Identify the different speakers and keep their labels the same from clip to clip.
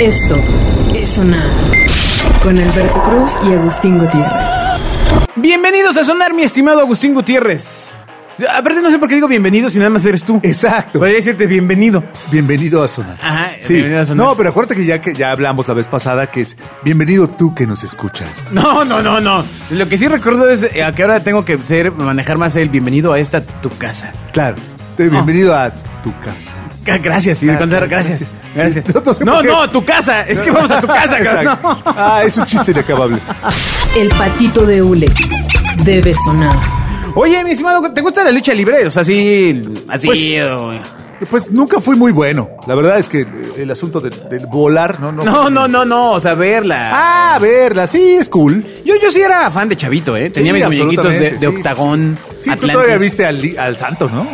Speaker 1: Esto es sonar con Alberto Cruz y Agustín Gutiérrez.
Speaker 2: Bienvenidos a sonar, mi estimado Agustín Gutiérrez. Aparte, no sé por qué digo bienvenido si nada más eres tú.
Speaker 3: Exacto.
Speaker 2: Podría decirte bienvenido.
Speaker 3: Bienvenido a Sonar.
Speaker 2: Ajá,
Speaker 3: Sí.
Speaker 2: bienvenido a Sonar.
Speaker 3: No, pero acuérdate que ya, que ya hablamos la vez pasada que es bienvenido tú que nos escuchas.
Speaker 2: No, no, no, no. Lo que sí recuerdo es eh, a que ahora tengo que ser, manejar más el bienvenido a esta tu casa.
Speaker 3: Claro. Eh, Bienvenido a tu casa.
Speaker 2: Ca- Gracias, sí,
Speaker 3: Claro,
Speaker 2: contar-
Speaker 3: gracias.
Speaker 2: gracias. Gracias.
Speaker 3: Sí, no,
Speaker 2: No,
Speaker 3: no sé
Speaker 2: no,
Speaker 3: por qué.
Speaker 2: a tu casa. Es que vamos a tu casa, cabrón.
Speaker 3: Exacto. Ah, es un chiste inacabable.
Speaker 1: El patito de hule debe sonar.
Speaker 2: No. Oye, mi estimado, ¿te gusta la lucha libre? O sea, así. Así. eh,
Speaker 3: Pues-
Speaker 2: o-
Speaker 3: Pues nunca fui muy bueno. La verdad es que eh, el asunto de- del volar, no, no.
Speaker 2: no, no, no, no. O sea, verla.
Speaker 3: Ah, verla, sí, es cool.
Speaker 2: Yo, yo sí era fan de Chavito, ¿eh? Tenía
Speaker 3: Sí,
Speaker 2: mis muñequitos de,
Speaker 3: absolutamente,
Speaker 2: de
Speaker 3: sí,
Speaker 2: octagón.
Speaker 3: Sí, sí. Sí, tú
Speaker 2: Atlantis.
Speaker 3: todavía viste al, li- al santo, ¿no?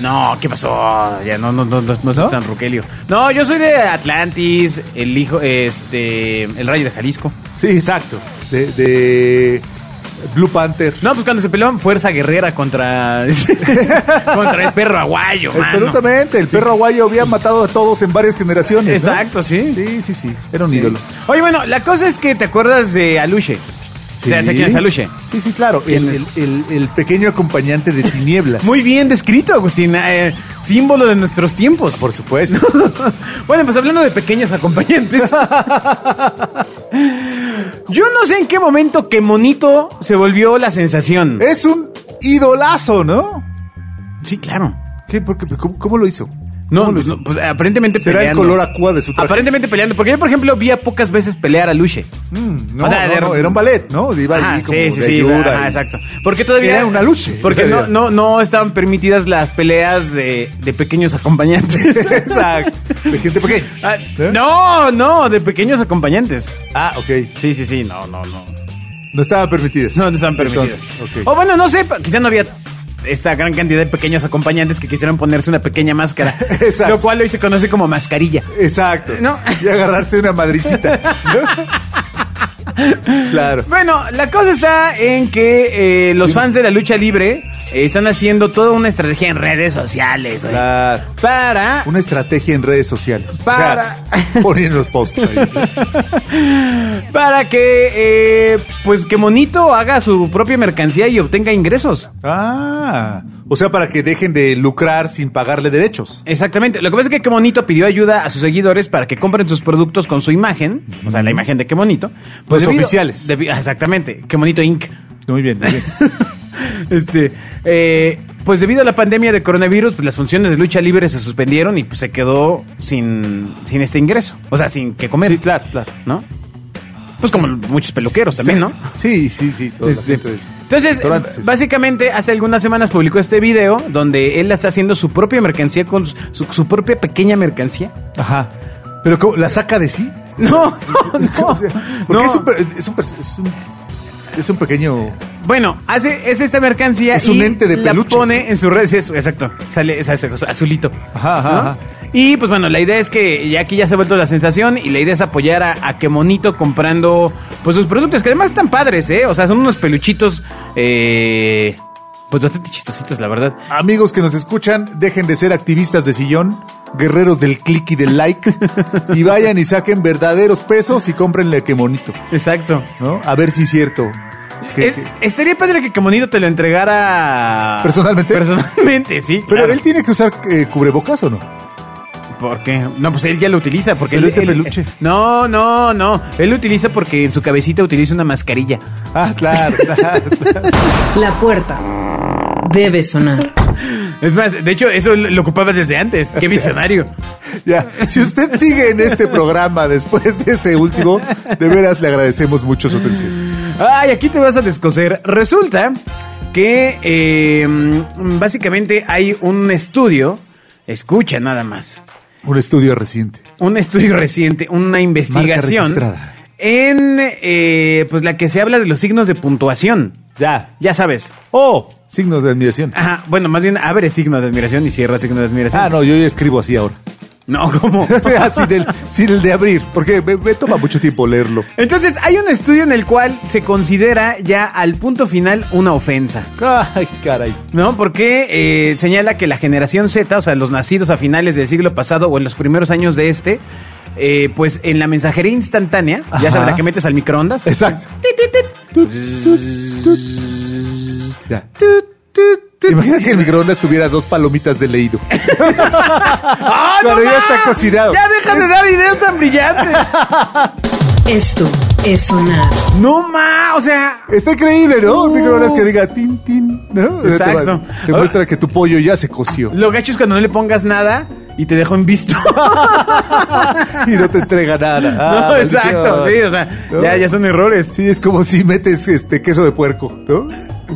Speaker 2: No, ¿qué pasó? Ya no, no, no, no, no soy
Speaker 3: ¿No?
Speaker 2: tan ruquelio. No, yo soy de Atlantis, el hijo, este, el rayo de Jalisco.
Speaker 3: Sí, exacto. De, de Blue Panther.
Speaker 2: No, pues cuando se peleaban Fuerza Guerrera contra, contra el perro aguayo, mano.
Speaker 3: Absolutamente, el perro aguayo había matado a todos en varias generaciones. ¿no?
Speaker 2: Exacto, sí.
Speaker 3: Sí, sí, sí, era un
Speaker 2: Sí.
Speaker 3: ídolo.
Speaker 2: Oye, bueno, la cosa es que te acuerdas de Aluche.
Speaker 3: Sí.
Speaker 2: ¿Te quién es Aluche?
Speaker 3: Sí, sí, claro. El,
Speaker 2: ¿Quién
Speaker 3: el- el- el pequeño acompañante de tinieblas.
Speaker 2: Muy bien descrito, Agustín. eh, símbolo de nuestros tiempos.
Speaker 3: Por supuesto.
Speaker 2: bueno, pues hablando de pequeños acompañantes. Yo no sé en qué momento que Monito se volvió la sensación.
Speaker 3: es un idolazo, ¿no?
Speaker 2: Sí, claro.
Speaker 3: ¿Qué? ¿Por qué? ¿Cómo, cómo lo hizo?
Speaker 2: No,
Speaker 3: ¿Cómo lo
Speaker 2: pues,
Speaker 3: hizo?
Speaker 2: no, pues, aparentemente
Speaker 3: Será el
Speaker 2: peleando.
Speaker 3: color aqua de su traje.
Speaker 2: Aparentemente peleando. Porque yo, por ejemplo, vi a pocas veces pelear a Luche.
Speaker 3: Mm, no,
Speaker 2: O sea,
Speaker 3: no,
Speaker 2: de-
Speaker 3: no, era un ballet, ¿no? Iba
Speaker 2: Ajá,
Speaker 3: ahí como
Speaker 2: sí, sí,
Speaker 3: de
Speaker 2: sí.
Speaker 3: ayuda
Speaker 2: ajá,
Speaker 3: y-
Speaker 2: exacto. Porque todavía.
Speaker 3: Era una Luche,
Speaker 2: Porque
Speaker 3: en
Speaker 2: no,
Speaker 3: realidad.
Speaker 2: no, no estaban permitidas las peleas de, de pequeños acompañantes.
Speaker 3: exacto. De gente pequeña.
Speaker 2: Ah,
Speaker 3: ¿Eh?
Speaker 2: No, no, de pequeños acompañantes.
Speaker 3: Ah, ok.
Speaker 2: Sí, sí, sí, no, no, no.
Speaker 3: No estaban permitidas.
Speaker 2: No, no están permitidos.
Speaker 3: Entonces, ok.
Speaker 2: O bueno, no sé, pa- quizá no había esta gran cantidad de pequeños acompañantes que quisieran ponerse una pequeña máscara.
Speaker 3: Exacto.
Speaker 2: Lo cual hoy se conoce como mascarilla.
Speaker 3: Exacto.
Speaker 2: No.
Speaker 3: Y agarrarse una madricita. ¿no? claro.
Speaker 2: Bueno, la cosa está en que eh, los fans de la lucha libre eh, están haciendo toda una estrategia en redes sociales. güey.
Speaker 3: Claro.
Speaker 2: Para
Speaker 3: Una estrategia en redes sociales.
Speaker 2: Para-
Speaker 3: O sea, ponen los posts. ahí.
Speaker 2: Para que, eh, pues que Monito haga su propia mercancía y obtenga ingresos.
Speaker 3: Ah. O sea, para que dejen de lucrar sin pagarle derechos.
Speaker 2: Exactamente. Lo que pasa es que Que Monito pidió ayuda a sus seguidores para que compren sus productos con su imagen, o sea, la imagen de Que Monito.
Speaker 3: Los
Speaker 2: debido-
Speaker 3: oficiales.
Speaker 2: debi- ah, exactamente. Que Monito Inc.
Speaker 3: Muy bien, muy bien.
Speaker 2: Este, eh, pues debido a la pandemia de coronavirus, pues las funciones de lucha libre se suspendieron y pues se quedó sin, sin este ingreso. O sea, sin que comer.
Speaker 3: Sí, claro, claro.
Speaker 2: ¿No? Pues como muchos peluqueros también, ¿no?
Speaker 3: Sí, sí, sí. toda la
Speaker 2: Este,
Speaker 3: gente del-
Speaker 2: entonces,
Speaker 3: restaurantes, sí, sí.
Speaker 2: básicamente, hace algunas semanas publicó este video donde él está haciendo su propia mercancía con su, su propia pequeña mercancía.
Speaker 3: Ajá. Pero ¿cómo? ¿la saca de sí?
Speaker 2: No,
Speaker 3: O
Speaker 2: no.
Speaker 3: sea,
Speaker 2: no.
Speaker 3: porque es, un, pe- es, un, pers- es, un, es un pequeño...
Speaker 2: Bueno, hace es esta mercancía
Speaker 3: Es un
Speaker 2: y
Speaker 3: ente de
Speaker 2: la
Speaker 3: peluche.
Speaker 2: pone en sus redes, sí, es- exacto, sale es- es- azulito.
Speaker 3: Ajá, ajá,
Speaker 2: ¿no?
Speaker 3: ajá.
Speaker 2: Y pues bueno, la idea es que ya aquí ya se ha vuelto la sensación y la idea es apoyar a, a que Monito comprando pues sus productos, que además están padres, ¿eh? O sea, son unos peluchitos, eh, pues bastante chistositos, la verdad.
Speaker 3: Amigos que nos escuchan, dejen de ser activistas de sillón, guerreros del click y del like, y vayan y saquen verdaderos pesos y cómprenle que monito,
Speaker 2: Exacto.
Speaker 3: ¿no? A ver si es cierto. que-
Speaker 2: Eh,
Speaker 3: que-
Speaker 2: Estaría padre que Camonito te lo entregara.
Speaker 3: ¿Personalmente?
Speaker 2: Personalmente, sí.
Speaker 3: Pero
Speaker 2: claro.
Speaker 3: él tiene que usar eh, cubrebocas o no?
Speaker 2: ¿Por qué? No, pues él ya lo utiliza. porque
Speaker 3: Pero
Speaker 2: él,
Speaker 3: es de
Speaker 2: él-
Speaker 3: peluche.
Speaker 2: No, no, no. Él lo utiliza porque en su cabecita utiliza una mascarilla.
Speaker 3: Ah, claro, claro.
Speaker 1: La puerta debe sonar.
Speaker 2: Es más, de hecho, eso lo ocupaba desde antes. Qué visionario.
Speaker 3: Ya, si usted sigue en este programa después de ese último, de veras le agradecemos mucho su atención.
Speaker 2: Ay, aquí te vas a descoser. Resulta que eh, básicamente hay un estudio. Escucha nada más.
Speaker 3: Un estudio reciente.
Speaker 2: un estudio reciente, una investigación
Speaker 3: registrada.
Speaker 2: en eh, pues la que se habla de los signos de puntuación.
Speaker 3: Ya.
Speaker 2: Ya sabes.
Speaker 3: Oh, signos de admiración.
Speaker 2: Ajá, bueno, más bien abre signo de admiración y cierra signo de admiración.
Speaker 3: Ah, no, yo ya escribo así ahora.
Speaker 2: no. No, ¿cómo?
Speaker 3: así Ah, del, sin el de abrir, porque me, me toma mucho tiempo leerlo.
Speaker 2: Entonces, hay un estudio en el cual se considera ya al punto final una ofensa.
Speaker 3: Ay, caray.
Speaker 2: ¿No? Porque eh, señala que la generación Z, o sea, los nacidos a finales del siglo pasado o en los primeros años de este, eh, pues en la mensajería instantánea, ya
Speaker 3: Ajá.
Speaker 2: sabes, la que metes al microondas.
Speaker 3: Exacto. Ya. Imagina que el microondas tuviera dos palomitas de leído.
Speaker 2: ¡Ah,
Speaker 3: Cuando ya
Speaker 2: mames!
Speaker 3: está cocinado.
Speaker 2: Ya deja de dar ideas tan brillantes.
Speaker 1: Esto es sonar.
Speaker 2: no ma, o sea,
Speaker 3: Está increíble, ¿no? Un
Speaker 2: No.
Speaker 3: microondas que diga tin, tin. ¿no? Te-
Speaker 2: Exacto.
Speaker 3: Te, muestra que tu pollo ya se coció
Speaker 2: lo gacho es cuando no le pongas nada y te dejo en visto.
Speaker 3: y no te entrega nada. Ah,
Speaker 2: no,
Speaker 3: maldición.
Speaker 2: exacto, sí, o sea,
Speaker 3: ¿No?
Speaker 2: ya, ya son errores.
Speaker 3: Sí, es como si metes este queso de puerco, ¿no?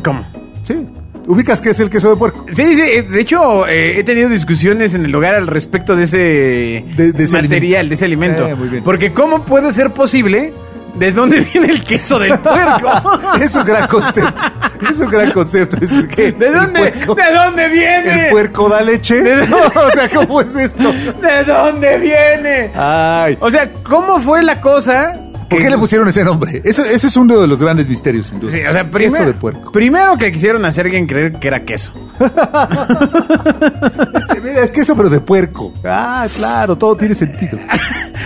Speaker 2: ¿Cómo?
Speaker 3: Sí. ¿Ubicas qué es el queso de puerco?
Speaker 2: Sí, sí, eh, de hecho eh, he tenido discusiones en el hogar al respecto de ese,
Speaker 3: de ese
Speaker 2: material,
Speaker 3: alimento.
Speaker 2: de ese alimento.
Speaker 3: Eh, muy bien.
Speaker 2: Porque ¿cómo puede ser posible de dónde viene el queso del puerco?
Speaker 3: Es un gran concepto. Es un gran concepto. Es que
Speaker 2: ¿De
Speaker 3: el
Speaker 2: dónde?
Speaker 3: puerco-
Speaker 2: ¿De dónde viene?
Speaker 3: ¿El puerco da leche?
Speaker 2: ¿De
Speaker 3: No, o sea, ¿cómo es esto?
Speaker 2: ¿De dónde viene?
Speaker 3: Ay.
Speaker 2: O sea, ¿cómo fue la cosa?
Speaker 3: ¿Por
Speaker 2: que-
Speaker 3: qué le pusieron ese nombre? Eso, ese es uno de los grandes misterios, sin duda.
Speaker 2: Sí, o sea, primero,
Speaker 3: Queso de puerco.
Speaker 2: primero que quisieron hacer alguien creer que era queso.
Speaker 3: Este, mira, es queso, pero de puerco. Ah, claro, todo tiene sentido.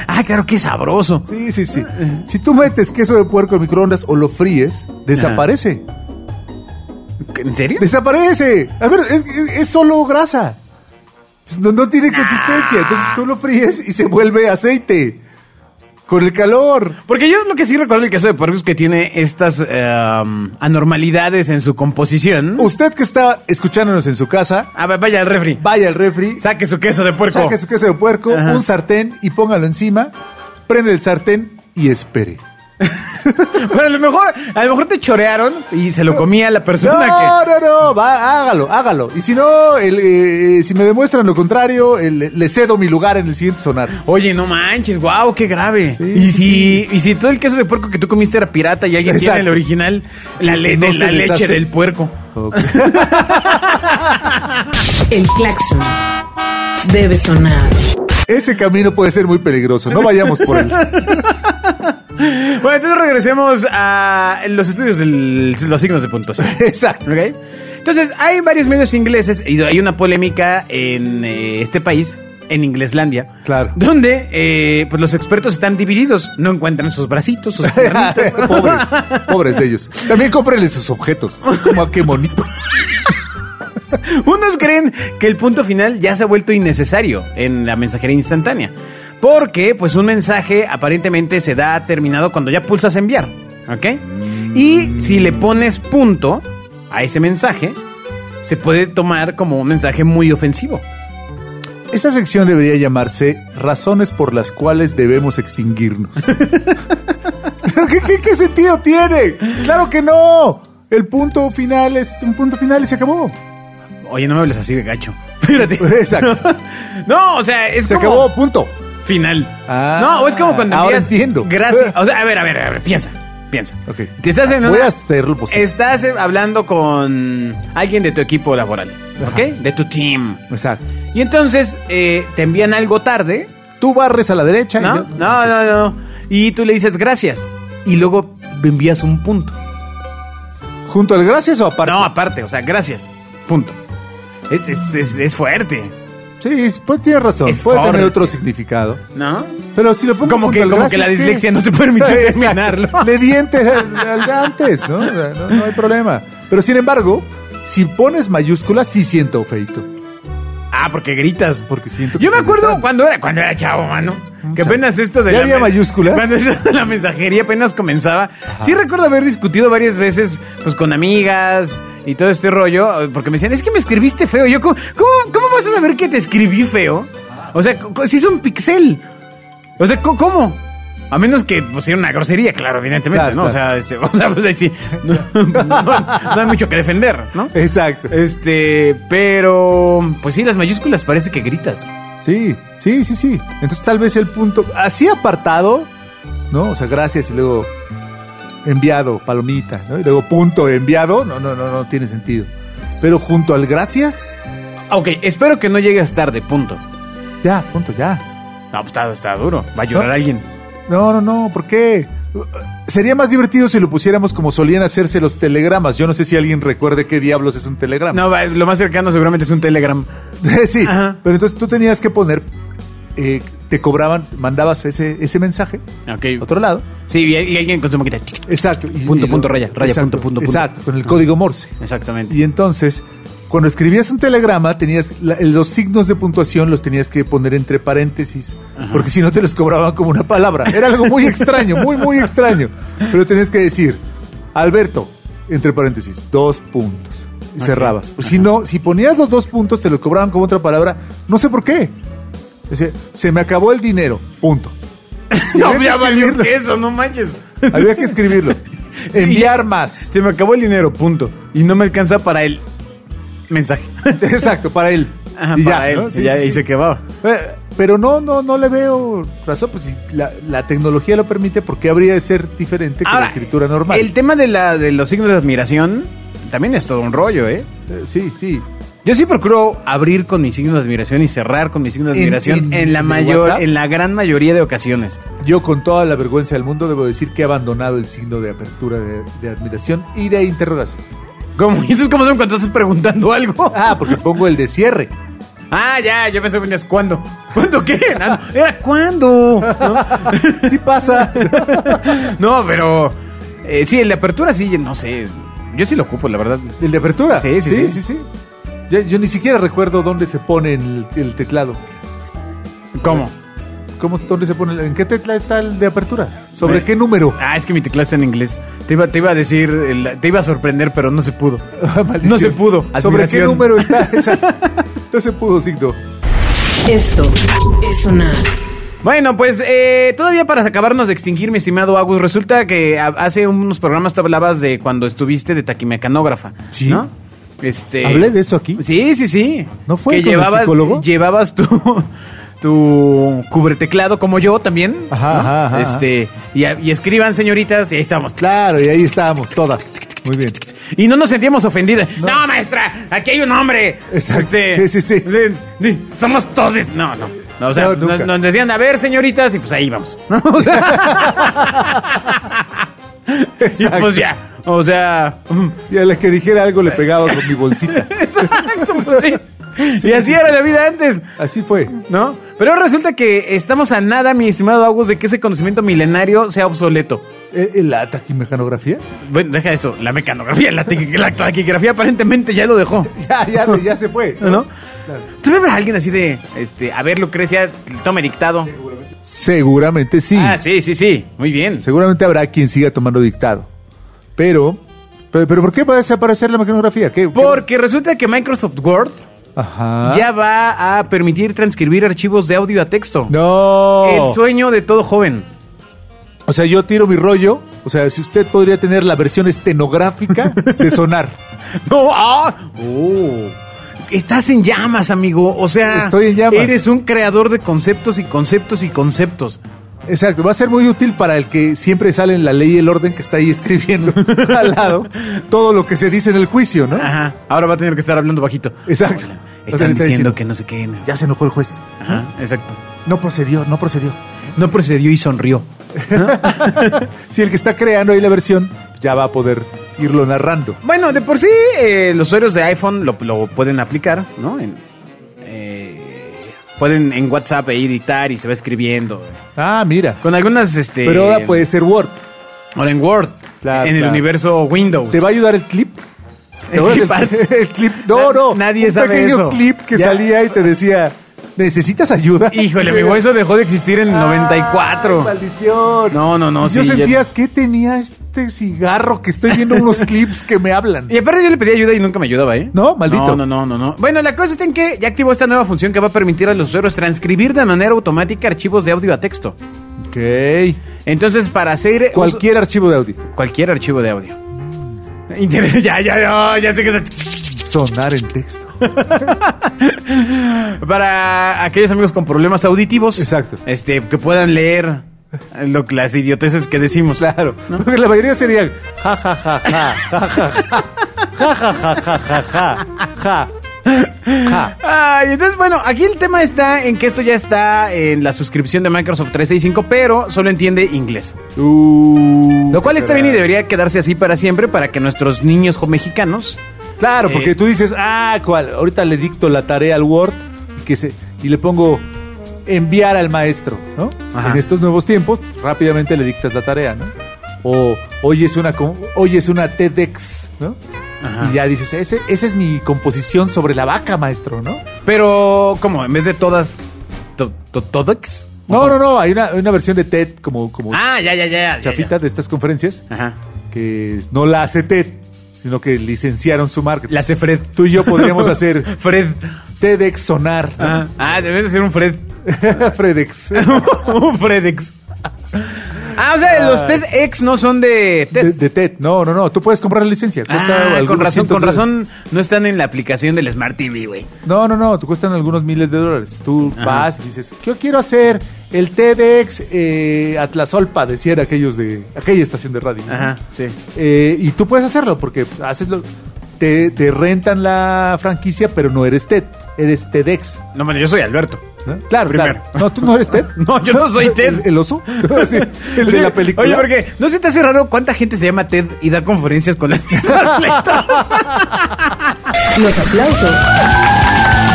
Speaker 2: Ah, claro, qué sabroso.
Speaker 3: Sí, sí, sí. Si tú metes queso de puerco al microondas o lo fríes, desaparece.
Speaker 2: ¿En serio?
Speaker 3: ¡Desaparece! A ver, es, es- es solo grasa. No, no tiene consistencia. Entonces tú lo fríes y se vuelve aceite. Con el calor.
Speaker 2: Porque yo lo que sí recuerdo del queso de puerco es que tiene estas em, anormalidades en su composición.
Speaker 3: Usted que está escuchándonos en su casa,
Speaker 2: Ah, va- vaya al refri.
Speaker 3: vaya al refri,
Speaker 2: Saque su queso de puerco.
Speaker 3: saque su queso de puerco,
Speaker 2: Ajá.
Speaker 3: un sartén y póngalo encima, prende el sartén y espere.
Speaker 2: Pero a lo mejor, a lo mejor te chorearon y se lo comía la persona
Speaker 3: no, no, no, va, hágalo, hágalo. Y si no, el, eh, si me demuestran lo contrario, el- le cedo mi lugar en el siguiente sonar.
Speaker 2: que. Oye, no manches, wow, qué grave.
Speaker 3: Sí,
Speaker 2: y si,
Speaker 3: sí.
Speaker 2: y si todo el queso de puerco que tú comiste era pirata y alguien tiene
Speaker 3: Exacto.
Speaker 2: el original, la,
Speaker 3: Que
Speaker 2: le-
Speaker 3: no
Speaker 2: de-
Speaker 3: se
Speaker 2: la leche
Speaker 3: deshace.
Speaker 2: del puerco.
Speaker 1: El claxon debe sonar.
Speaker 3: Ese camino puede ser muy peligroso, no vayamos por él.
Speaker 2: Bueno, entonces regresemos a los estudios de los signos de puntuación.
Speaker 3: Exacto.
Speaker 2: ¿Ok? Entonces, hay varios medios ingleses y hay una polémica en eh, este país, en Ingleslandia.
Speaker 3: Claro.
Speaker 2: Donde eh, pues los expertos están divididos. No encuentran sus bracitos, sus piernitas.
Speaker 3: pobres, pobres de ellos. También cómprenle sus objetos. Como a qué bonito.
Speaker 2: Unos creen que el punto final ya se ha vuelto innecesario en la mensajería instantánea. Porque, pues, un mensaje aparentemente se da terminado cuando ya pulsas enviar. ¿Ok? Y si le pones punto a ese mensaje, se puede tomar como un mensaje muy ofensivo.
Speaker 3: Esta sección debería llamarse Razones por las cuales debemos extinguirnos. ¿Qué, qué, qué sentido tiene? ¡Claro que no! El punto final es un punto final y se acabó.
Speaker 2: Oye, no me hables así de gacho. Fíjate.
Speaker 3: Exacto.
Speaker 2: No, o sea, es
Speaker 3: Se
Speaker 2: como
Speaker 3: acabó, punto.
Speaker 2: final.
Speaker 3: Ah,
Speaker 2: no, o es como cuando
Speaker 3: ahora
Speaker 2: envías-
Speaker 3: entiendo.
Speaker 2: Gracias. O sea, a ver, a ver, a ver, piensa. Piensa.
Speaker 3: Ok. Ah,
Speaker 2: Te estás en
Speaker 3: Voy
Speaker 2: una-
Speaker 3: a hacer lo posible.
Speaker 2: Estás eh, hablando con alguien de tu equipo laboral, ¿ok? De tu team.
Speaker 3: Exacto.
Speaker 2: Y entonces eh, te envían algo tarde,
Speaker 3: Tú barres a la derecha. y
Speaker 2: ¿no?
Speaker 3: yo-
Speaker 2: No, no, no. Y tú le dices gracias. Y luego me envías un punto.
Speaker 3: ¿Junto al gracias o aparte?
Speaker 2: No, aparte, o sea, gracias. Punto. Es, es- es- es fuerte,
Speaker 3: Sí, pues tienes razón.
Speaker 2: Es
Speaker 3: Puede
Speaker 2: fuerte.
Speaker 3: tener otro significado.
Speaker 2: ¿no?
Speaker 3: Pero si lo pongo
Speaker 2: Como
Speaker 3: junto
Speaker 2: que-
Speaker 3: al
Speaker 2: como
Speaker 3: gracias,
Speaker 2: que la
Speaker 3: ¿qué?
Speaker 2: dislexia no te permite
Speaker 3: Exacto.
Speaker 2: terminarlo.
Speaker 3: Le di enter al, al de antes, ¿no? O sea, ¿no? no hay problema. Pero sin embargo, si pones mayúsculas, sí siento feito.
Speaker 2: Ah, porque gritas.
Speaker 3: Porque siento que
Speaker 2: Yo me
Speaker 3: estoy
Speaker 2: acuerdo
Speaker 3: gritando.
Speaker 2: cuando era, cuando era chavo, mano. Que apenas esto de
Speaker 3: ¿Ya
Speaker 2: la
Speaker 3: había
Speaker 2: men-
Speaker 3: mayúsculas?
Speaker 2: Cuando esto de la mensajería apenas comenzaba. Sí recuerdo haber discutido varias veces, pues con amigas y todo este rollo, porque me decían, es que me escribiste feo. Yo, ¿cómo, cómo- cómo vas a saber que te escribí feo? O sea, co- co- si es un pixel. O sea, co- ¿cómo? A menos que pusiera una grosería, claro, evidentemente,
Speaker 3: Claro,
Speaker 2: ¿no? O sea, este, o sea, pues ahí sí, no, no- no hay mucho que defender, ¿no?
Speaker 3: Exacto.
Speaker 2: Este, pero pues sí, las mayúsculas parece que gritas.
Speaker 3: Sí, sí, sí, sí. Entonces tal vez el punto así apartado, ¿no? O sea, gracias y luego enviado, palomita, ¿no? Y luego punto enviado, no, no, no, no tiene sentido. Pero junto al gracias,
Speaker 2: Ok, espero que no llegues tarde, punto.
Speaker 3: ya, punto, ya.
Speaker 2: No, pues está, está duro. Va a llorar
Speaker 3: No.
Speaker 2: alguien.
Speaker 3: No, no, no, ¿por qué? Sería más divertido si lo pusiéramos como solían hacerse los telegramas. Yo no sé si alguien recuerde qué diablos es un telegrama.
Speaker 2: No, va, lo más cercano seguramente es un Telegram.
Speaker 3: sí,
Speaker 2: Ajá.
Speaker 3: pero entonces tú tenías que poner eh, te cobraban, mandabas ese, ese mensaje a
Speaker 2: Ok.
Speaker 3: otro lado.
Speaker 2: Sí, y y alguien con su maqueta.
Speaker 3: Exacto. y-
Speaker 2: Punto,
Speaker 3: y
Speaker 2: punto, raya, raya,
Speaker 3: exacto,
Speaker 2: punto, punto, punto.
Speaker 3: Exacto, con el código Morse.
Speaker 2: Exactamente.
Speaker 3: Y entonces, cuando escribías un telegrama, tenías la- los signos de puntuación los tenías que poner entre paréntesis, porque si no te los cobraban como una palabra. Era algo muy extraño, muy, muy extraño. Pero tenías que decir, Alberto, entre paréntesis, dos puntos. Y cerrabas. Pues si no, si ponías los dos puntos, te los cobraban como otra palabra, no sé por qué. Decía, se me acabó el dinero, punto.
Speaker 2: No,
Speaker 3: había que
Speaker 2: ya valió
Speaker 3: escribirlo.
Speaker 2: queso, no manches.
Speaker 3: Había que escribirlo. Enviar más.
Speaker 2: Se me acabó el dinero, punto. Y no me alcanza para el mensaje.
Speaker 3: Exacto, para él.
Speaker 2: Ajá,
Speaker 3: Y ya,
Speaker 2: para él.
Speaker 3: ¿no? Sí,
Speaker 2: y ya
Speaker 3: sí, sí.
Speaker 2: y se quedaba.
Speaker 3: Eh, Pero no, no, no le veo razón. Pues si la, la tecnología lo permite, ¿por qué habría de ser diferente que la
Speaker 2: Ahora,
Speaker 3: escritura normal?
Speaker 2: El tema de, la, de los signos de admiración también es todo un rollo, ¿eh?
Speaker 3: Eh, sí, sí.
Speaker 2: Yo sí procuro abrir con mis signos de admiración y cerrar con mis signos de
Speaker 3: ¿En-
Speaker 2: admiración en,
Speaker 3: en-
Speaker 2: la
Speaker 3: en
Speaker 2: mayor,
Speaker 3: WhatsApp?
Speaker 2: en la gran mayoría de ocasiones.
Speaker 3: Yo con toda la vergüenza del mundo debo decir que he abandonado el signo de apertura, de, de admiración y de interrogación.
Speaker 2: ¿Cómo? ¿Y entonces cómo son cuando estás preguntando algo?
Speaker 3: Ah, porque pongo el de cierre.
Speaker 2: Ah, ya, yo pensé que venías, ¿cuándo? ¿Cuándo qué? Ah, no, Era ¿cuándo?
Speaker 3: Sí pasa.
Speaker 2: No, no, pero eh, sí, en la apertura sí, no sé. Yo sí lo ocupo, la verdad.
Speaker 3: El de apertura.
Speaker 2: Sí, sí, sí.
Speaker 3: sí. Ya- Yo, ni siquiera recuerdo dónde se pone el, el teclado.
Speaker 2: ¿Cómo?
Speaker 3: ¿Cómo, ¿Dónde se pone? el- ¿En qué tecla está el de apertura? ¿Sobre
Speaker 2: Ve.
Speaker 3: qué número?
Speaker 2: Ah, es que mi teclado está en inglés. Te iba, te iba a decir, el- te iba a sorprender, pero no se pudo.
Speaker 3: Ah, Maldición.
Speaker 2: no se pudo.
Speaker 3: ¿Sobre qué
Speaker 2: Admiración.
Speaker 3: número está? Exacto. No se pudo, signo.
Speaker 1: Esto es sonar.
Speaker 2: Bueno, pues eh, todavía para acabarnos de extinguir, mi estimado Agus, resulta que a- hace unos programas tú hablabas de cuando estuviste de taquimecanógrafa.
Speaker 3: Sí.
Speaker 2: ¿no? Este,
Speaker 3: ¿Hablé de eso aquí?
Speaker 2: Sí, sí, sí.
Speaker 3: ¿No fue
Speaker 2: que
Speaker 3: con el
Speaker 2: llevabas,
Speaker 3: psicólogo?
Speaker 2: Llevabas tu, tu cubreteclado como yo también.
Speaker 3: Ajá,
Speaker 2: ¿no?
Speaker 3: ajá, ajá.
Speaker 2: Este, y, a- y escriban, señoritas, y ahí estamos.
Speaker 3: Claro, y ahí estábamos, todas. Muy bien.
Speaker 2: Y no nos sentíamos ofendidas. No, maestra, aquí hay un hombre. Este,
Speaker 3: Exacto. Sí, sí, sí.
Speaker 2: de- de- somos todos. No, no. No, o sea,
Speaker 3: No,
Speaker 2: nos,
Speaker 3: nunca.
Speaker 2: nos decían, a ver, señoritas, y pues ahí vamos. ¿no? O sea, y
Speaker 3: Exacto.
Speaker 2: pues ya. O sea.
Speaker 3: Y a la que dijera algo le pegaba con mi bolsita.
Speaker 2: Exacto, pues sí. Y así era la vida antes.
Speaker 3: Así fue.
Speaker 2: ¿No? Pero resulta que estamos a nada, mi estimado Agus, de que ese conocimiento milenario sea obsoleto.
Speaker 3: Eh, eh, ¿La taquimecanografía?
Speaker 2: Bueno, deja eso, la mecanografía, la, taqui- la taquigrafía aparentemente ya lo dejó.
Speaker 3: Ya, ya, ya se fue.
Speaker 2: ¿No?
Speaker 3: Claro.
Speaker 2: ¿Tú me habrá alguien así de, este, a ver, Lucrecia, tome dictado?
Speaker 3: Seguramente sí.
Speaker 2: Ah, sí, sí, sí, muy bien.
Speaker 3: Seguramente habrá quien siga tomando dictado. Pero, pero, pero ¿por qué va a desaparecer la mecanografía? ¿Qué, qué-
Speaker 2: Porque resulta que Microsoft Word
Speaker 3: Ajá.
Speaker 2: ya va a permitir transcribir archivos de audio a texto.
Speaker 3: No.
Speaker 2: El sueño de todo joven.
Speaker 3: O sea, yo tiro mi rollo. O sea, si usted podría tener la versión estenográfica de sonar.
Speaker 2: No, ah, oh. Estás en llamas, amigo. O sea,
Speaker 3: Estoy en llamas.
Speaker 2: eres un creador de conceptos y conceptos y conceptos.
Speaker 3: Exacto, va a ser muy útil para el que siempre sale en la ley y el orden que está ahí escribiendo al lado todo lo que se dice en el juicio, ¿no?
Speaker 2: Ajá. Ahora va a tener que estar hablando bajito.
Speaker 3: Exacto.
Speaker 2: Hola,
Speaker 3: Va a tener
Speaker 2: Están
Speaker 3: que estar
Speaker 2: diciendo
Speaker 3: diciendo,
Speaker 2: que no sé qué.
Speaker 3: Ya se enojó el juez.
Speaker 2: Ajá, exacto.
Speaker 3: No procedió, no procedió.
Speaker 2: No procedió y sonrió.
Speaker 3: Si el que está creando ahí la versión ya va a poder irlo narrando.
Speaker 2: Bueno, de por sí, eh, los usuarios de iPhone lo, lo pueden aplicar, ¿no? En, eh, pueden en WhatsApp ahí editar y se va escribiendo.
Speaker 3: Ah, mira.
Speaker 2: Con algunas, este...
Speaker 3: Pero ahora puede ser Word.
Speaker 2: O en Word.
Speaker 3: Claro,
Speaker 2: en el
Speaker 3: claro.
Speaker 2: universo Windows.
Speaker 3: ¿Te va a ayudar el clip? ¿Te
Speaker 2: ¿El clip
Speaker 3: acuerdas del-
Speaker 2: art?
Speaker 3: el clip? No,
Speaker 2: Na-
Speaker 3: no.
Speaker 2: nadie
Speaker 3: un
Speaker 2: sabe
Speaker 3: pequeño
Speaker 2: eso.
Speaker 3: clip que
Speaker 2: Ya.
Speaker 3: salía y te decía, ¿necesitas ayuda?
Speaker 2: Híjole, amigo, eso dejó de existir en el 94.
Speaker 3: Ay, maldición.
Speaker 2: No, no, no,
Speaker 3: Y Yo
Speaker 2: sí, ya-
Speaker 3: sentías que tenía este cigarro que estoy viendo unos clips que me hablan.
Speaker 2: Y aparte yo le pedí ayuda y nunca me ayudaba, ¿eh?
Speaker 3: No, maldito.
Speaker 2: No, no, no, no, no. Bueno, la cosa está en que ya activó esta nueva función que va a permitir a los usuarios transcribir de manera automática archivos de audio a texto.
Speaker 3: Ok.
Speaker 2: Entonces, para hacer... uso-
Speaker 3: Cualquier archivo de audio.
Speaker 2: cualquier archivo de audio. Inter- ya, ya, ya, ya sé que se-
Speaker 3: Sonar en texto.
Speaker 2: Para aquellos amigos con problemas auditivos.
Speaker 3: Exacto.
Speaker 2: Este, que puedan leer lo, que- las idioteces que decimos.
Speaker 3: Claro. Porque la mayoría serían ja ja ja ja ja ja ja ja ja ja ja ja ja ja.
Speaker 2: Ay, entonces, bueno, aquí el tema está en que esto ya está en la suscripción de Microsoft 365, pero solo entiende inglés.
Speaker 3: Uh,
Speaker 2: Lo cual está bien y
Speaker 3: caray.
Speaker 2: debería quedarse así para siempre para que nuestros niños jo- mexicanos.
Speaker 3: Claro,
Speaker 2: Eh,
Speaker 3: porque tú dices, ah, cuál, ahorita le dicto la tarea al Word y que se y le pongo enviar al maestro, ¿no?
Speaker 2: Ajá.
Speaker 3: En estos nuevos tiempos, pues, rápidamente le dictas la tarea, ¿no? O hoy es una, co- hoy es una TEDx, ¿no?
Speaker 2: Ajá.
Speaker 3: Y ya dices, "Ese- esa es mi composición sobre la vaca, maestro, ¿no?
Speaker 2: Pero, ¿cómo? En vez de todas. to- to- ¿Todex?
Speaker 3: No, no, no, hay una, hay una versión de TED como, como
Speaker 2: Ah, ya, ya, ya. ya,
Speaker 3: chafita de estas conferencias
Speaker 2: ya. Ajá.
Speaker 3: que no la hace TED, sino que licenciaron su marketing.
Speaker 2: La hace Fred.
Speaker 3: Tú y yo podríamos hacer
Speaker 2: Fred.
Speaker 3: TEDx sonar, ¿no?
Speaker 2: Ah, ah, debe de ser un Fred.
Speaker 3: Fredex.
Speaker 2: Ah, un Fredex. Ah, o sea, los TEDx no son de TED.
Speaker 3: De, de TED. No, no, no. Tú puedes comprar la licencia.
Speaker 2: Ah, con
Speaker 3: algunos
Speaker 2: razón,
Speaker 3: cientos
Speaker 2: con
Speaker 3: de-
Speaker 2: razón no están en la aplicación del Smart TV, güey.
Speaker 3: No, no, no. Te cuestan algunos miles de dólares. Tú
Speaker 2: Ajá.
Speaker 3: vas y dices, yo quiero hacer el TEDx eh, Atlazolpa, decían aquellos de aquella estación de radio. ¿no?
Speaker 2: Ajá, sí.
Speaker 3: Eh, y tú puedes hacerlo porque haces lo- te, te rentan la franquicia, pero no eres TED. Eres TEDx.
Speaker 2: No, bueno, yo soy Alberto.
Speaker 3: ¿no? Claro,
Speaker 2: Primero.
Speaker 3: claro. No, tú no eres TED.
Speaker 2: No, yo no soy Ted.
Speaker 3: ¿El, el oso? Sí, el de
Speaker 2: Oye,
Speaker 3: la película.
Speaker 2: Oye, porque no se te hace raro cuánta gente se llama Ted y da conferencias con las mismas letras.
Speaker 1: Los aplausos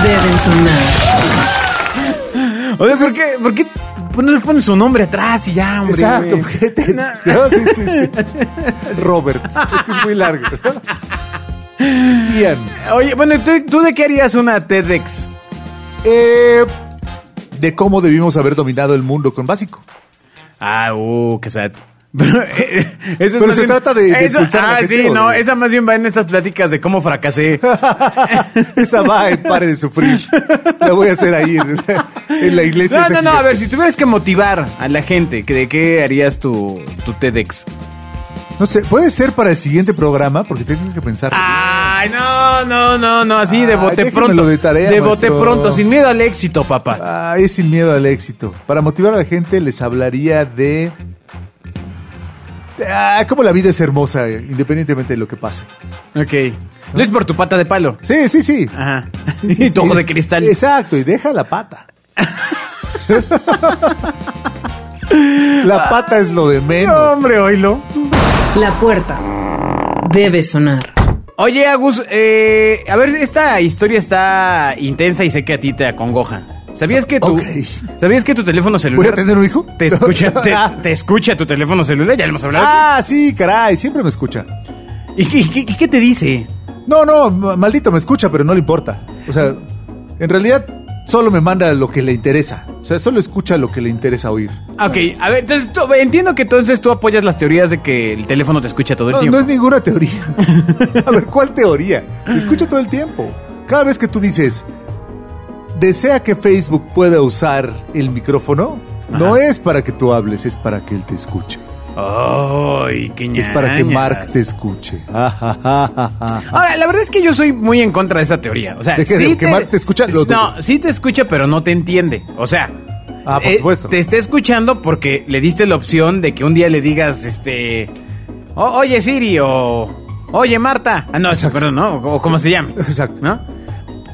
Speaker 1: deben sonar.
Speaker 2: O sea,
Speaker 3: Pues
Speaker 2: ¿por qué, por qué no le ponen su nombre atrás y ya, hombre?
Speaker 3: Exacto,
Speaker 2: güey?
Speaker 3: porque te-
Speaker 2: No.
Speaker 3: no, sí, sí, sí. Robert, es que es muy largo. Ian,
Speaker 2: Oye, bueno, ¿tú, tú de qué harías una E TEDx?
Speaker 3: eh, de cómo debimos haber dominado el mundo con básico.
Speaker 2: Ah, uh, qué sad. Pero, eh, eso es
Speaker 3: Pero
Speaker 2: más
Speaker 3: se trata de- de
Speaker 2: eso-
Speaker 3: impulsar el
Speaker 2: Ah, sí,
Speaker 3: objetivo,
Speaker 2: no,
Speaker 3: güey.
Speaker 2: esa más bien va en esas pláticas de cómo fracasé.
Speaker 3: Esa va en pare de sufrir. La voy a hacer ahí en, en la iglesia.
Speaker 2: No,
Speaker 3: esa
Speaker 2: no, no,
Speaker 3: gigante.
Speaker 2: a ver, si tuvieras que motivar a la gente, ¿que ¿de qué harías tu, tu E TEDx?
Speaker 3: No sé, puede ser para el siguiente programa, porque tengo que pensar.
Speaker 2: Ay, no, no, no, no, así de
Speaker 3: Ay,
Speaker 2: bote
Speaker 3: déjenmelo
Speaker 2: pronto.
Speaker 3: de tarea,
Speaker 2: bote
Speaker 3: maestro.
Speaker 2: pronto, sin miedo al éxito, papá.
Speaker 3: Ah, es sin miedo al éxito. Para motivar a la gente les hablaría de... Ah, cómo la vida es hermosa, eh, independientemente de lo que pase.
Speaker 2: Ok. No es por tu pata de palo.
Speaker 3: Sí, sí, sí.
Speaker 2: Ajá.
Speaker 3: Sí, sí,
Speaker 2: y tu
Speaker 3: sí.
Speaker 2: ojo de cristal.
Speaker 3: Exacto, y deja la pata. la pata es lo de menos.
Speaker 2: oílo.
Speaker 1: La puerta debe sonar.
Speaker 2: Oye, Agus, eh, a ver, esta historia está intensa y sé que a ti te acongoja. ¿Sabías que tu,
Speaker 3: Ok.
Speaker 2: ¿sabías que tu teléfono celular...
Speaker 3: ¿Voy a tener un hijo?
Speaker 2: Te escucha, te, te escucha tu teléfono celular, ya lo hemos hablado. aquí.
Speaker 3: Ah, sí, caray, siempre me escucha.
Speaker 2: ¿Y, qué- y qué- y qué te dice?
Speaker 3: No, no, ma- maldito me escucha, pero no le importa. O sea, en realidad solo me manda lo que le interesa. O sea, solo escucha lo que le interesa oír.
Speaker 2: Ok, a ver, entonces tú- entiendo que entonces tú apoyas las teorías de que el teléfono te escucha todo el
Speaker 3: No,
Speaker 2: tiempo.
Speaker 3: no es ninguna teoría. A ver, ¿cuál teoría? Te Escucha todo el tiempo. Cada vez que tú dices, desea que Facebook pueda usar el micrófono, no
Speaker 2: Ajá.
Speaker 3: es para que tú hables, es para que él te escuche.
Speaker 2: Ay, qué
Speaker 3: Es para que
Speaker 2: ñañas.
Speaker 3: Mark te escuche. Ah, Ajajajaja.
Speaker 2: Ahora, la verdad es que yo soy muy en contra de esa teoría. O sea,
Speaker 3: ¿De qué? ¿De que Mark te escucha? Lo
Speaker 2: no,
Speaker 3: dudo.
Speaker 2: sí te escucha, pero no te entiende. O sea, eh,
Speaker 3: Ah, por supuesto.
Speaker 2: Te está escuchando porque le diste la opción de que un día le digas, este, "O- oye Siri o oye Marta. Ah, no,
Speaker 3: Exacto.
Speaker 2: perdón, ¿no? O, o como se llame.
Speaker 3: Exacto.
Speaker 2: ¿No?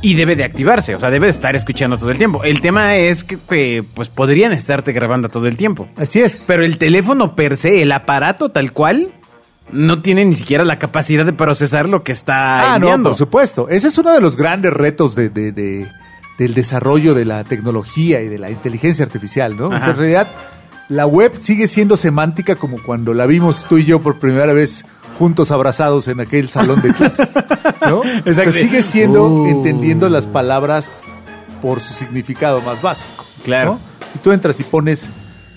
Speaker 2: Y debe de activarse, o sea, debe de estar escuchando todo el tiempo. El tema es que, que, pues podrían estarte grabando todo el tiempo.
Speaker 3: Así es.
Speaker 2: Pero el teléfono per se, el aparato tal cual, no tiene ni siquiera la capacidad de procesar lo que está
Speaker 3: Ah, no,
Speaker 2: enviando.
Speaker 3: por supuesto. Ese es uno de los grandes retos de, de- de- del desarrollo de la tecnología y de la inteligencia artificial, ¿no? O sea,
Speaker 2: Ajá.
Speaker 3: en realidad, la web sigue siendo semántica como cuando la vimos tú y yo por primera vez juntos abrazados en aquel salón de clases, ¿no? O sea,
Speaker 2: Exacto.
Speaker 3: sigue siendo
Speaker 2: Uh.
Speaker 3: entendiendo las palabras por su significado más básico.
Speaker 2: Claro.
Speaker 3: ¿no? Si tú entras y pones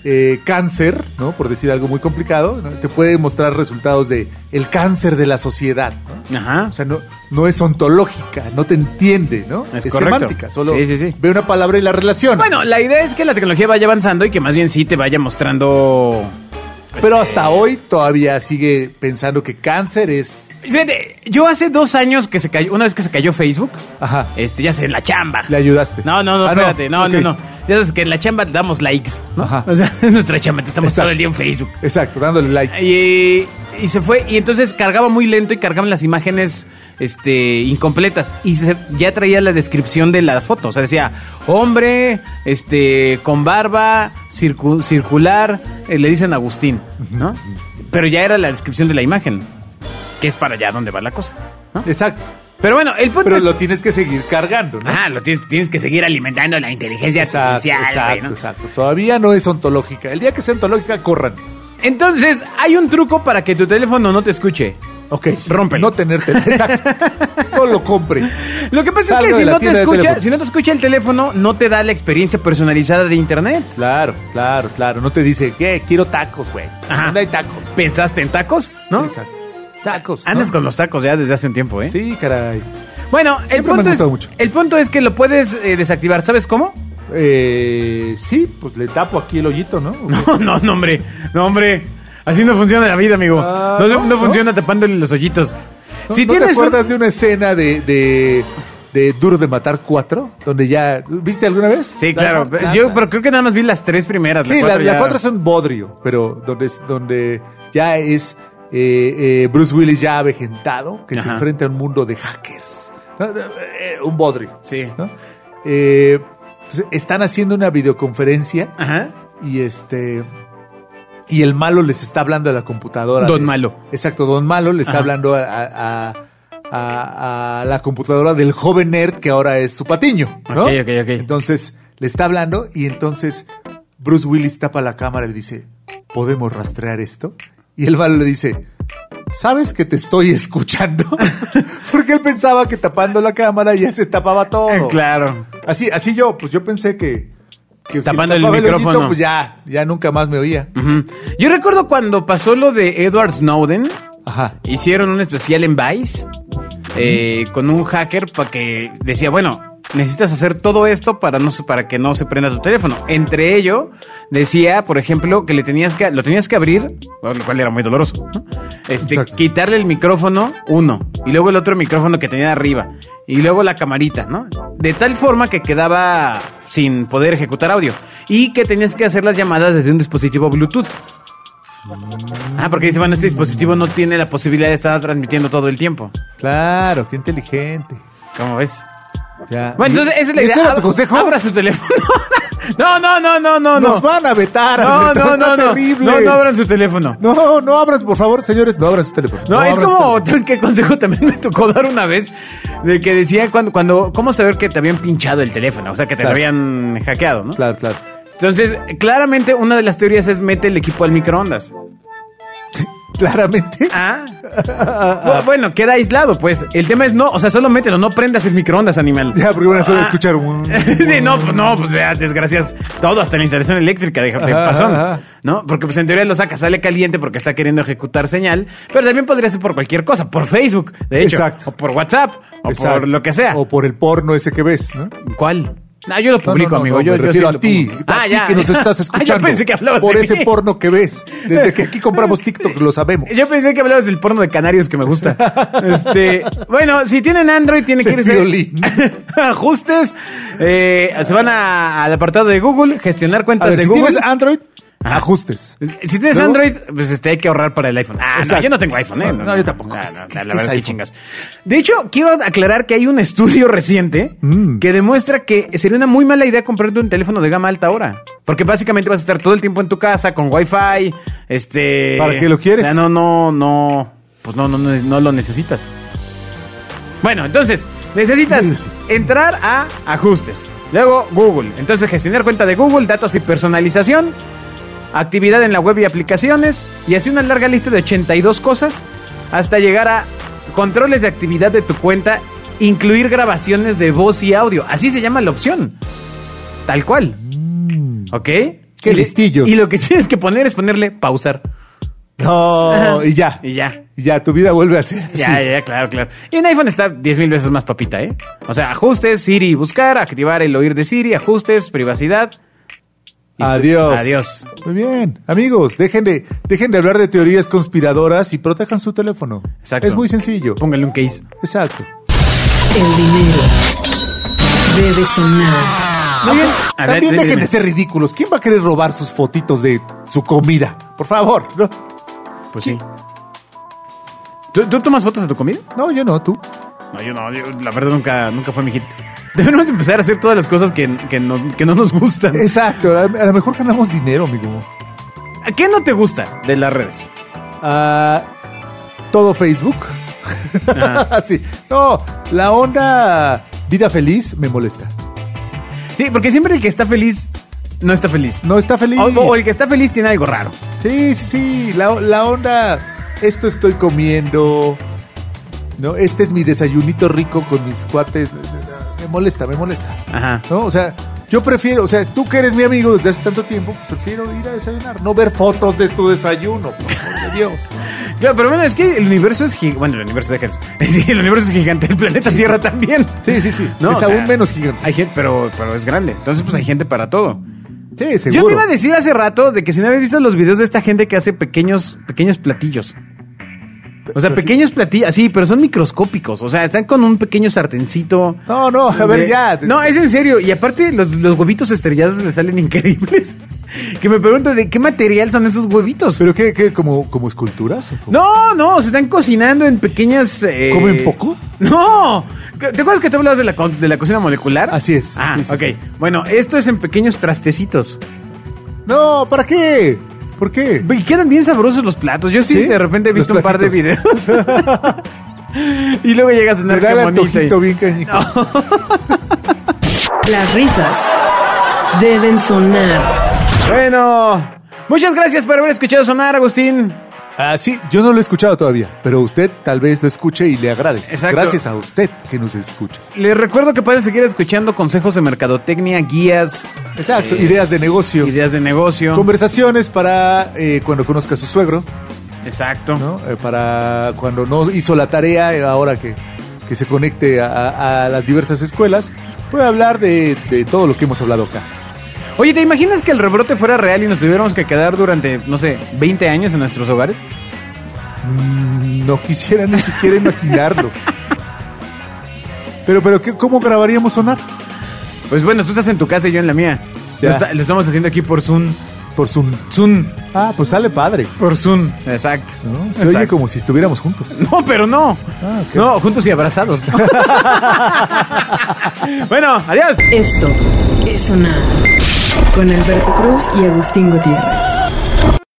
Speaker 3: eh, cáncer, ¿no? Por decir algo muy complicado, ¿no? te puede mostrar resultados de el cáncer de la sociedad, ¿no?
Speaker 2: Ajá.
Speaker 3: O sea, no, no es ontológica, no te entiende, ¿no?
Speaker 2: Es
Speaker 3: Es,
Speaker 2: correcto.
Speaker 3: semántica, solo
Speaker 2: Sí, sí, sí.
Speaker 3: ve una palabra y la relaciona.
Speaker 2: Bueno, la idea es que la tecnología vaya avanzando y que más bien sí te vaya mostrando...
Speaker 3: pero
Speaker 2: este-
Speaker 3: hasta hoy todavía sigue pensando que cáncer es.
Speaker 2: Fíjate, yo hace dos años que se cayó, una vez que se cayó Facebook,
Speaker 3: Ajá.
Speaker 2: este, ya sé, en la chamba.
Speaker 3: Le ayudaste.
Speaker 2: No, no, no,
Speaker 3: Ah,
Speaker 2: espérate, no,
Speaker 3: ok.
Speaker 2: no, no. Ya sabes que en la chamba damos likes, ¿no?
Speaker 3: Ajá.
Speaker 2: O sea, en nuestra chamba, te estamos todo
Speaker 3: Exacto.
Speaker 2: el día en Facebook.
Speaker 3: Exacto, dándole like.
Speaker 2: Y, y se fue, y entonces cargaba muy lento y cargaban las imágenes este, incompletas. Y se- ya traía la descripción de la foto. O sea, decía, hombre, este, con barba, circu- circular, eh, le dicen Agustín, ¿no? Pero ya era la descripción de la imagen, que es para allá donde va la cosa. ¿no?
Speaker 3: Exacto.
Speaker 2: Pero bueno, el punto
Speaker 3: Pero
Speaker 2: es...
Speaker 3: lo tienes que seguir cargando, ¿no?
Speaker 2: Ajá, lo tienes, tienes que seguir alimentando la inteligencia artificial,
Speaker 3: exacto,
Speaker 2: güey, ¿no?
Speaker 3: exacto. Todavía no es ontológica. El día que sea ontológica, corran.
Speaker 2: Entonces, hay un truco para que tu teléfono no te escuche.
Speaker 3: Ok.
Speaker 2: Rómpelo.
Speaker 3: No tener teléfono. Exacto. no lo compre.
Speaker 2: Lo que pasa
Speaker 3: Salgo
Speaker 2: es que
Speaker 3: de
Speaker 2: si
Speaker 3: la
Speaker 2: no, te
Speaker 3: tienda de
Speaker 2: escucha,
Speaker 3: teléfonos.
Speaker 2: si no te escucha el teléfono, no te da la experiencia personalizada de internet.
Speaker 3: Claro, claro, claro. No te dice, ¿qué? Quiero tacos, güey.
Speaker 2: Ajá.
Speaker 3: ¿Dónde hay tacos?
Speaker 2: ¿Pensaste en tacos? ¿No?
Speaker 3: Sí, exacto. Tacos.
Speaker 2: Ah, Andas
Speaker 3: ¿no?
Speaker 2: con los tacos ya desde hace un tiempo, ¿eh?
Speaker 3: Sí, caray.
Speaker 2: Bueno, el
Speaker 3: Siempre me
Speaker 2: punto,
Speaker 3: han
Speaker 2: es,
Speaker 3: gustado mucho.
Speaker 2: el punto es que lo puedes eh, desactivar. ¿Sabes cómo?
Speaker 3: Eh, sí, pues le tapo aquí el hoyito, ¿no?
Speaker 2: No, no, no, hombre. No, hombre. Así no funciona la vida, amigo.
Speaker 3: Ah,
Speaker 2: no, se-
Speaker 3: ¿no?
Speaker 2: no funciona tapándole los hoyitos.
Speaker 3: ¿No-
Speaker 2: si
Speaker 3: ¿no
Speaker 2: tienes
Speaker 3: te
Speaker 2: un-
Speaker 3: acuerdas de una escena de, de, de Duro de Matar 4? Donde ya... ¿Viste alguna vez?
Speaker 2: Sí, claro. Yo pero creo que nada más vi las tres primeras.
Speaker 3: Sí, la-
Speaker 2: cuatro
Speaker 3: la
Speaker 2: ya-
Speaker 3: 4 es un bodrio, pero donde, es- donde ya es eh, eh, Bruce Willis ya avejentado, que se
Speaker 2: Ajá.
Speaker 3: enfrenta a un mundo de hackers. ¿no? Eh, Un bodrio.
Speaker 2: Sí.
Speaker 3: ¿no? Eh, entonces, están haciendo una videoconferencia
Speaker 2: Ajá.
Speaker 3: y este y el malo les está hablando a la computadora.
Speaker 2: Don
Speaker 3: de-
Speaker 2: Malo.
Speaker 3: Exacto, Don Malo le está
Speaker 2: Ajá.
Speaker 3: hablando a, a- a- a la computadora del joven nerd que ahora es su patiño. ¿no?
Speaker 2: Ok, ok, ok.
Speaker 3: Entonces le está hablando y entonces Bruce Willis tapa la cámara y le dice, ¿podemos rastrear esto? Y el malo le dice, ¿sabes que te estoy escuchando? Porque él pensaba que tapando la cámara ya se tapaba todo.
Speaker 2: Eh, Claro.
Speaker 3: Así, así yo, pues yo pensé que, que si
Speaker 2: Tapando el
Speaker 3: tapaba
Speaker 2: micrófono.
Speaker 3: pues ya, ya nunca más me oía.
Speaker 2: Ujú. Yo recuerdo cuando pasó lo de Edward Snowden,
Speaker 3: Ajá.
Speaker 2: hicieron un especial en Vice eh, con un hacker para que decía, bueno, necesitas hacer todo esto para no se- para que no se prenda tu teléfono. Entre ello decía, por ejemplo, que le tenías que lo tenías que abrir, lo cual era muy doloroso. ¿no? Este,
Speaker 3: Exacto.
Speaker 2: quitarle el micrófono uno y luego el otro micrófono que tenía arriba y luego la camarita, ¿no? De tal forma que quedaba sin poder ejecutar audio y que tenías que hacer las llamadas desde un dispositivo Bluetooth. Ah, porque dice, bueno, este dispositivo no tiene la posibilidad de estar transmitiendo todo el tiempo.
Speaker 3: Claro, qué inteligente.
Speaker 2: ¿Cómo ves?
Speaker 3: Ya.
Speaker 2: Bueno, entonces esa es la idea. Ah,
Speaker 3: ¿Eso era tu
Speaker 2: Ab-
Speaker 3: consejo?
Speaker 2: Abra su teléfono. no, no, no, no, no, no.
Speaker 3: Nos van a vetar.
Speaker 2: no,
Speaker 3: Alberto,
Speaker 2: no,
Speaker 3: está
Speaker 2: no, no.
Speaker 3: terrible.
Speaker 2: No, no abran su teléfono. No,
Speaker 3: No, no abras, por favor, señores, no abran su teléfono.
Speaker 2: es
Speaker 3: abran su
Speaker 2: como,
Speaker 3: teléfono.
Speaker 2: ¿sabes qué consejo también me tocó dar una vez? De que decía cuando, cuando, ¿cómo saber que te habían pinchado el teléfono? O sea, que te
Speaker 3: Claro.
Speaker 2: lo habían hackeado, ¿no?
Speaker 3: Claro, claro.
Speaker 2: Entonces, claramente una de las teorías es mete el equipo al microondas.
Speaker 3: Claramente.
Speaker 2: Ah. Bu- Bueno, queda aislado, pues. El tema es no, o sea, solo mételo, no prendas el microondas, animal.
Speaker 3: Ya, porque van a solo
Speaker 2: Ah.
Speaker 3: escuchar un-
Speaker 2: sí, no, pues no, pues ya, desgracias. Todo, hasta la instalación eléctrica, déjate
Speaker 3: Ajá,
Speaker 2: pasón.
Speaker 3: ajá.
Speaker 2: ¿No? Porque pues en teoría lo saca, sale caliente porque está queriendo ejecutar señal, pero también podría ser por cualquier cosa, por Facebook, de hecho.
Speaker 3: Exacto.
Speaker 2: O por WhatsApp, o
Speaker 3: Exacto.
Speaker 2: por lo que sea.
Speaker 3: O por el porno ese que ves, ¿no?
Speaker 2: ¿Cuál? Ah, yo lo publico,
Speaker 3: No, no,
Speaker 2: amigo.
Speaker 3: no, no,
Speaker 2: yo,
Speaker 3: me
Speaker 2: yo sí
Speaker 3: refiero a
Speaker 2: lo
Speaker 3: ti,
Speaker 2: publico.
Speaker 3: a ti que nos estás escuchando.
Speaker 2: Ah, yo pensé que hablabas
Speaker 3: por
Speaker 2: de
Speaker 3: ese
Speaker 2: mí.
Speaker 3: porno que ves. Desde que aquí compramos TikTok lo sabemos.
Speaker 2: Yo pensé que hablabas del porno de canarios que me gusta. Este, bueno, si tienen Android, tienen que
Speaker 3: De
Speaker 2: irse
Speaker 3: violín.
Speaker 2: ajustes. eh, se van a- al apartado de Google, gestionar
Speaker 3: A
Speaker 2: cuentas
Speaker 3: ver,
Speaker 2: de
Speaker 3: si
Speaker 2: Google.
Speaker 3: tienes Android, ajustes.
Speaker 2: si tienes
Speaker 3: Luego-
Speaker 2: Android, pues este, hay que ahorrar para el iPhone. Ah, no,
Speaker 3: Exacto.
Speaker 2: yo no tengo iPhone, ¿eh?
Speaker 3: No, no, yo tampoco.
Speaker 2: No, no,
Speaker 3: ¿Qué-
Speaker 2: la
Speaker 3: qué
Speaker 2: verdad,
Speaker 3: es
Speaker 2: qué
Speaker 3: iPhone?
Speaker 2: chingas. De hecho, quiero aclarar que hay un estudio reciente
Speaker 3: Mm.
Speaker 2: que demuestra que sería una muy mala idea comprarte un teléfono de gama alta ahora. Porque básicamente vas a estar todo el tiempo en tu casa con Wi-Fi, este...
Speaker 3: ¿Para qué lo quieres?
Speaker 2: Ya no, no, no... Pues no, no, no, no lo necesitas. Bueno, entonces,
Speaker 3: Sí,
Speaker 2: necesitas
Speaker 3: sí.
Speaker 2: entrar a ajustes. Luego, Google. Entonces, gestionar cuenta de Google, datos y personalización. Actividad en la web y aplicaciones. Y así una larga lista de 82 cosas. Hasta llegar a controles de actividad de tu cuenta. Incluir grabaciones de voz y audio. Así se llama la opción. Tal cual. ¿Ok?
Speaker 3: Mm. Qué
Speaker 2: Y le-
Speaker 3: listillos.
Speaker 2: Y lo que tienes que poner es ponerle pausar.
Speaker 3: No,
Speaker 2: Ajá.
Speaker 3: Oh, y ya.
Speaker 2: Y ya.
Speaker 3: Y ya, tu vida vuelve a ser así.
Speaker 2: Ya, ya, claro, claro. Y en iPhone está 10 mil veces más papita, ¿eh? O sea, ajustes, Siri, buscar, activar el oír de Siri, ajustes, privacidad. Y esto-
Speaker 3: Adiós.
Speaker 2: Adiós.
Speaker 3: Muy bien. Amigos, dejen de, dejen de hablar de teorías conspiradoras y protejan su teléfono.
Speaker 2: Exacto.
Speaker 3: Es muy sencillo.
Speaker 2: Póngale un case.
Speaker 3: Exacto.
Speaker 1: El dinero debe sonar.
Speaker 2: Muy bien. A ver,
Speaker 3: También
Speaker 2: dime,
Speaker 3: dejen
Speaker 2: dime.
Speaker 3: de ser ridículos. ¿Quién va a querer robar sus fotitos de su comida? Por favor. No,
Speaker 2: Pues sí. ¿Tú, tú tomas fotos de tu comida?
Speaker 3: no yo no, tú.
Speaker 2: No, yo no. yo, la verdad nunca, nunca fue mi hit. Debemos empezar a hacer todas las cosas que, que no, que no nos gustan.
Speaker 3: Exacto. A, a lo mejor ganamos dinero, amigo.
Speaker 2: ¿Qué no te gusta de las redes?
Speaker 3: Ah, todo Facebook. Así. No, la onda vida feliz me molesta.
Speaker 2: Sí, porque siempre el que está feliz no está feliz.
Speaker 3: No está feliz.
Speaker 2: O, o el que está feliz tiene algo raro.
Speaker 3: Sí, sí, sí. La, la onda, esto estoy comiendo. ¿No? Este es mi desayunito rico con mis cuates. Me molesta, me molesta.
Speaker 2: Ajá.
Speaker 3: ¿No? O sea, yo prefiero, o sea, tú que eres mi amigo desde hace tanto tiempo, pues prefiero ir a desayunar, no ver fotos de tu desayuno, por favor de Dios.
Speaker 2: Claro, pero bueno, es que el universo es gigante. Bueno, el universo de Sí, el universo es gigante, el planeta Tierra también.
Speaker 3: Sí, sí, sí.
Speaker 2: No,
Speaker 3: es
Speaker 2: o sea,
Speaker 3: aún menos gigante.
Speaker 2: Hay gente, pero, pero es grande. Entonces, pues hay gente para todo.
Speaker 3: Sí, seguro.
Speaker 2: Yo te iba a decir hace rato de que si no habías visto los videos de esta gente que hace pequeños, pequeños platillos. O sea, pequeños platillos, sí, pero son microscópicos. O sea, están con un pequeño sartencito.
Speaker 3: No, no, a ver,
Speaker 2: De-
Speaker 3: ya.
Speaker 2: No, es en serio. Y aparte, los, los huevitos estrellados le salen increíbles. Que me pregunto de qué material son esos huevitos.
Speaker 3: ¿Pero qué, qué como, como esculturas? ¿O cómo?
Speaker 2: No, no, se están cocinando en pequeñas. eh,
Speaker 3: ¿Comen poco?
Speaker 2: No. ¿Te acuerdas que tú hablabas de la, co- de la cocina molecular?
Speaker 3: Así es.
Speaker 2: Ah,
Speaker 3: Sí, sí,
Speaker 2: ok.
Speaker 3: sí.
Speaker 2: Bueno, esto es en pequeños trastecitos.
Speaker 3: No, ¿para qué? ¿Por qué?
Speaker 2: Y quedan bien sabrosos los platos. Yo sí,
Speaker 3: ¿Sí?
Speaker 2: de repente he
Speaker 3: Los
Speaker 2: visto un par de videos. y luego llegas a
Speaker 3: Me
Speaker 2: cenar
Speaker 3: da el
Speaker 2: qué bonita y-
Speaker 3: antojito bien cañico.
Speaker 1: Las risas deben sonar.
Speaker 2: Bueno, muchas gracias por haber escuchado sonar, Agustín.
Speaker 3: Ah, sí, yo no lo he escuchado todavía, pero usted tal vez lo escuche y le agrade.
Speaker 2: Exacto.
Speaker 3: Gracias a usted que nos escucha.
Speaker 2: Les recuerdo que pueden seguir escuchando consejos de mercadotecnia, guías,
Speaker 3: Exacto. ideas de negocio.
Speaker 2: Eh, ideas de negocio.
Speaker 3: Conversaciones para eh, cuando conozca a su suegro,
Speaker 2: Exacto.
Speaker 3: ¿no? Eh, para cuando no hizo la tarea, eh, ahora que, que se conecte a, a- a las diversas escuelas, puede hablar de, de todo lo que hemos hablado acá.
Speaker 2: Oye, ¿te imaginas que el rebrote fuera real y nos tuviéramos que quedar durante, no sé, 20 años en nuestros hogares?
Speaker 3: Mm, No quisiera ni siquiera imaginarlo. Pero, pero, ¿qué- ¿cómo grabaríamos sonar?
Speaker 2: Pues bueno, tú estás en tu casa y yo en la mía.
Speaker 3: Ya.
Speaker 2: Lo, está- lo estamos haciendo aquí por Zoom.
Speaker 3: Por Zoom.
Speaker 2: Zoom.
Speaker 3: Ah, pues sale padre.
Speaker 2: Por Zoom. Exacto.
Speaker 3: ¿no? Se oye
Speaker 2: Exacto.
Speaker 3: como si estuviéramos juntos.
Speaker 2: No, pero no.
Speaker 3: Ah, ok.
Speaker 2: No, juntos y abrazados. bueno, adiós.
Speaker 1: Esto es sonar. Con Alberto Cruz y Agustín Gutiérrez.